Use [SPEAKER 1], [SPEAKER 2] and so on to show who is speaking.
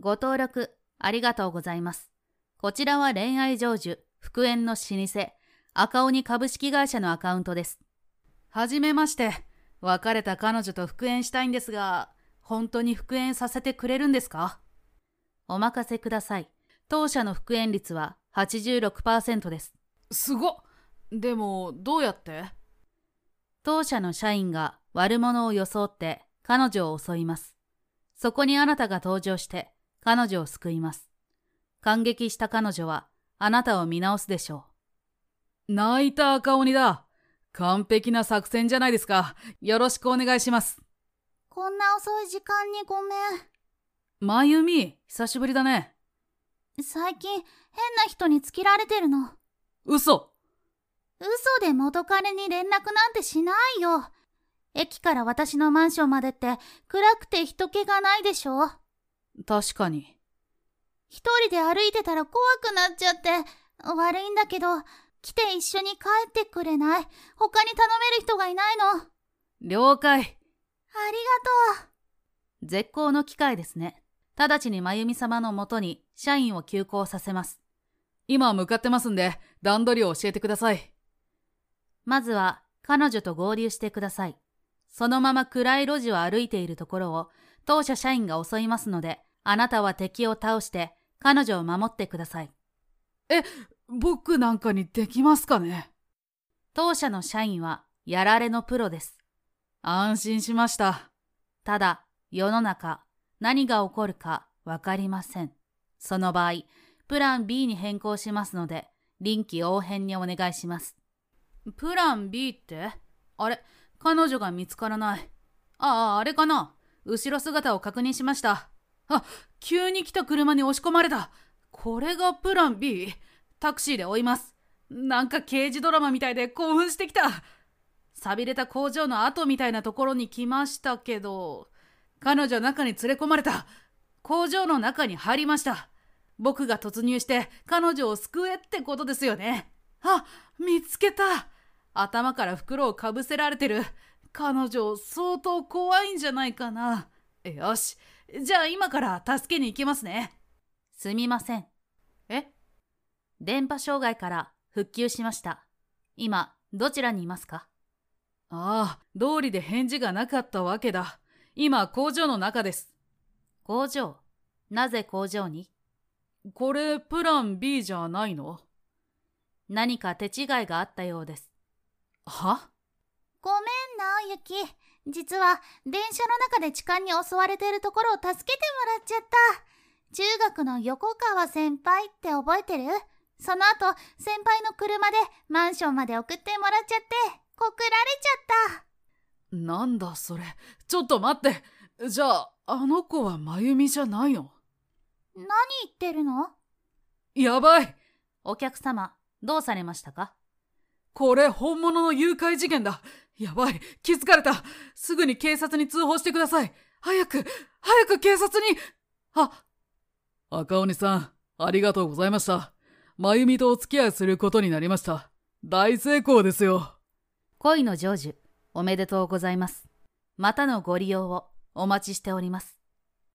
[SPEAKER 1] ご登録ありがとうございます。こちらは恋愛成就、復縁の老舗、赤鬼株式会社のアカウントです。
[SPEAKER 2] はじめまして。別れた彼女と復縁したいんですが、本当に復縁させてくれるんですか
[SPEAKER 1] お任せください。当社の復縁率は86%です。
[SPEAKER 2] すごっでも、どうやって
[SPEAKER 1] 当社の社員が悪者を装って彼女を襲います。そこにあなたが登場して彼女を救います。感激した彼女はあなたを見直すでしょ
[SPEAKER 2] う。泣いた赤鬼だ。完璧な作戦じゃないですか。よろしくお願いします。
[SPEAKER 3] こんな遅い時間にごめん。
[SPEAKER 2] まゆみ、久しぶりだね。
[SPEAKER 3] 最近変な人につけられてるの。
[SPEAKER 2] 嘘
[SPEAKER 3] 嘘で元彼に連絡なんてしないよ。駅から私のマンションまでって暗くて人気がないでしょ
[SPEAKER 2] 確かに。
[SPEAKER 3] 一人で歩いてたら怖くなっちゃって悪いんだけど来て一緒に帰ってくれない他に頼める人がいないの。
[SPEAKER 2] 了解。あり
[SPEAKER 3] がと
[SPEAKER 1] う。絶好の機会ですね。直ちに真由美様のもとに社員を急行させます。
[SPEAKER 2] 今向かってますんで段取りを教えてください。
[SPEAKER 1] まずは彼女と合流してください。そのまま暗い路地を歩いているところを当社社員が襲いますので、あなたは敵を倒して彼女を守ってください。
[SPEAKER 2] え、僕なんかにできますかね
[SPEAKER 1] 当社の社員はやられのプロです。
[SPEAKER 2] 安心しました。
[SPEAKER 1] ただ、世の中何が起こるかわかりません。その場合、プラン B に変更しますので、臨機応変にお願いします。
[SPEAKER 2] プラン B ってあれ彼女が見つからない。ああ、あれかな後ろ姿を確認しました。あ、急に来た車に押し込まれた。これがプラン B? タクシーで追います。なんか刑事ドラマみたいで興奮してきた。錆びれた工場の跡みたいなところに来ましたけど、彼女は中に連れ込まれた。工場の中に入りました。僕が突入して彼女を救えってことですよね。あ、見つけた。頭から袋をかぶせられてる。彼女、相当怖いんじゃないかな。よし。じゃあ今から助けに行きますね。
[SPEAKER 1] すみません。
[SPEAKER 2] え
[SPEAKER 1] 電波障害から復旧しました。今、どちらにいますか
[SPEAKER 2] ああ、道理で返事がなかったわけだ。今、工場の中です。
[SPEAKER 1] 工場なぜ工場に
[SPEAKER 2] これ、プラン B じゃないの
[SPEAKER 1] 何か手違いがあったようです。
[SPEAKER 2] は。
[SPEAKER 3] ごめんな、ゆき。実は、電車の中で痴漢に襲われてるところを助けてもらっちゃった。中学の横川先輩って覚えてるその後、先輩の車でマンションまで送ってもらっちゃって、告られちゃった
[SPEAKER 2] なんだそれ。ちょっと待って。じゃあ、あの子はまゆみじゃないの
[SPEAKER 3] 何言ってるの
[SPEAKER 2] やばい
[SPEAKER 1] お客様、どうされましたか
[SPEAKER 2] これ本物の誘拐事件だ。やばい。気づかれた。すぐに警察に通報してください。早く、早く警察に。
[SPEAKER 4] あ、赤鬼さん、ありがとうございました。まゆみとお付き合いすることになりました。大成功ですよ。
[SPEAKER 1] 恋の成就、おめでとうございます。またのご利用をお待ちしております。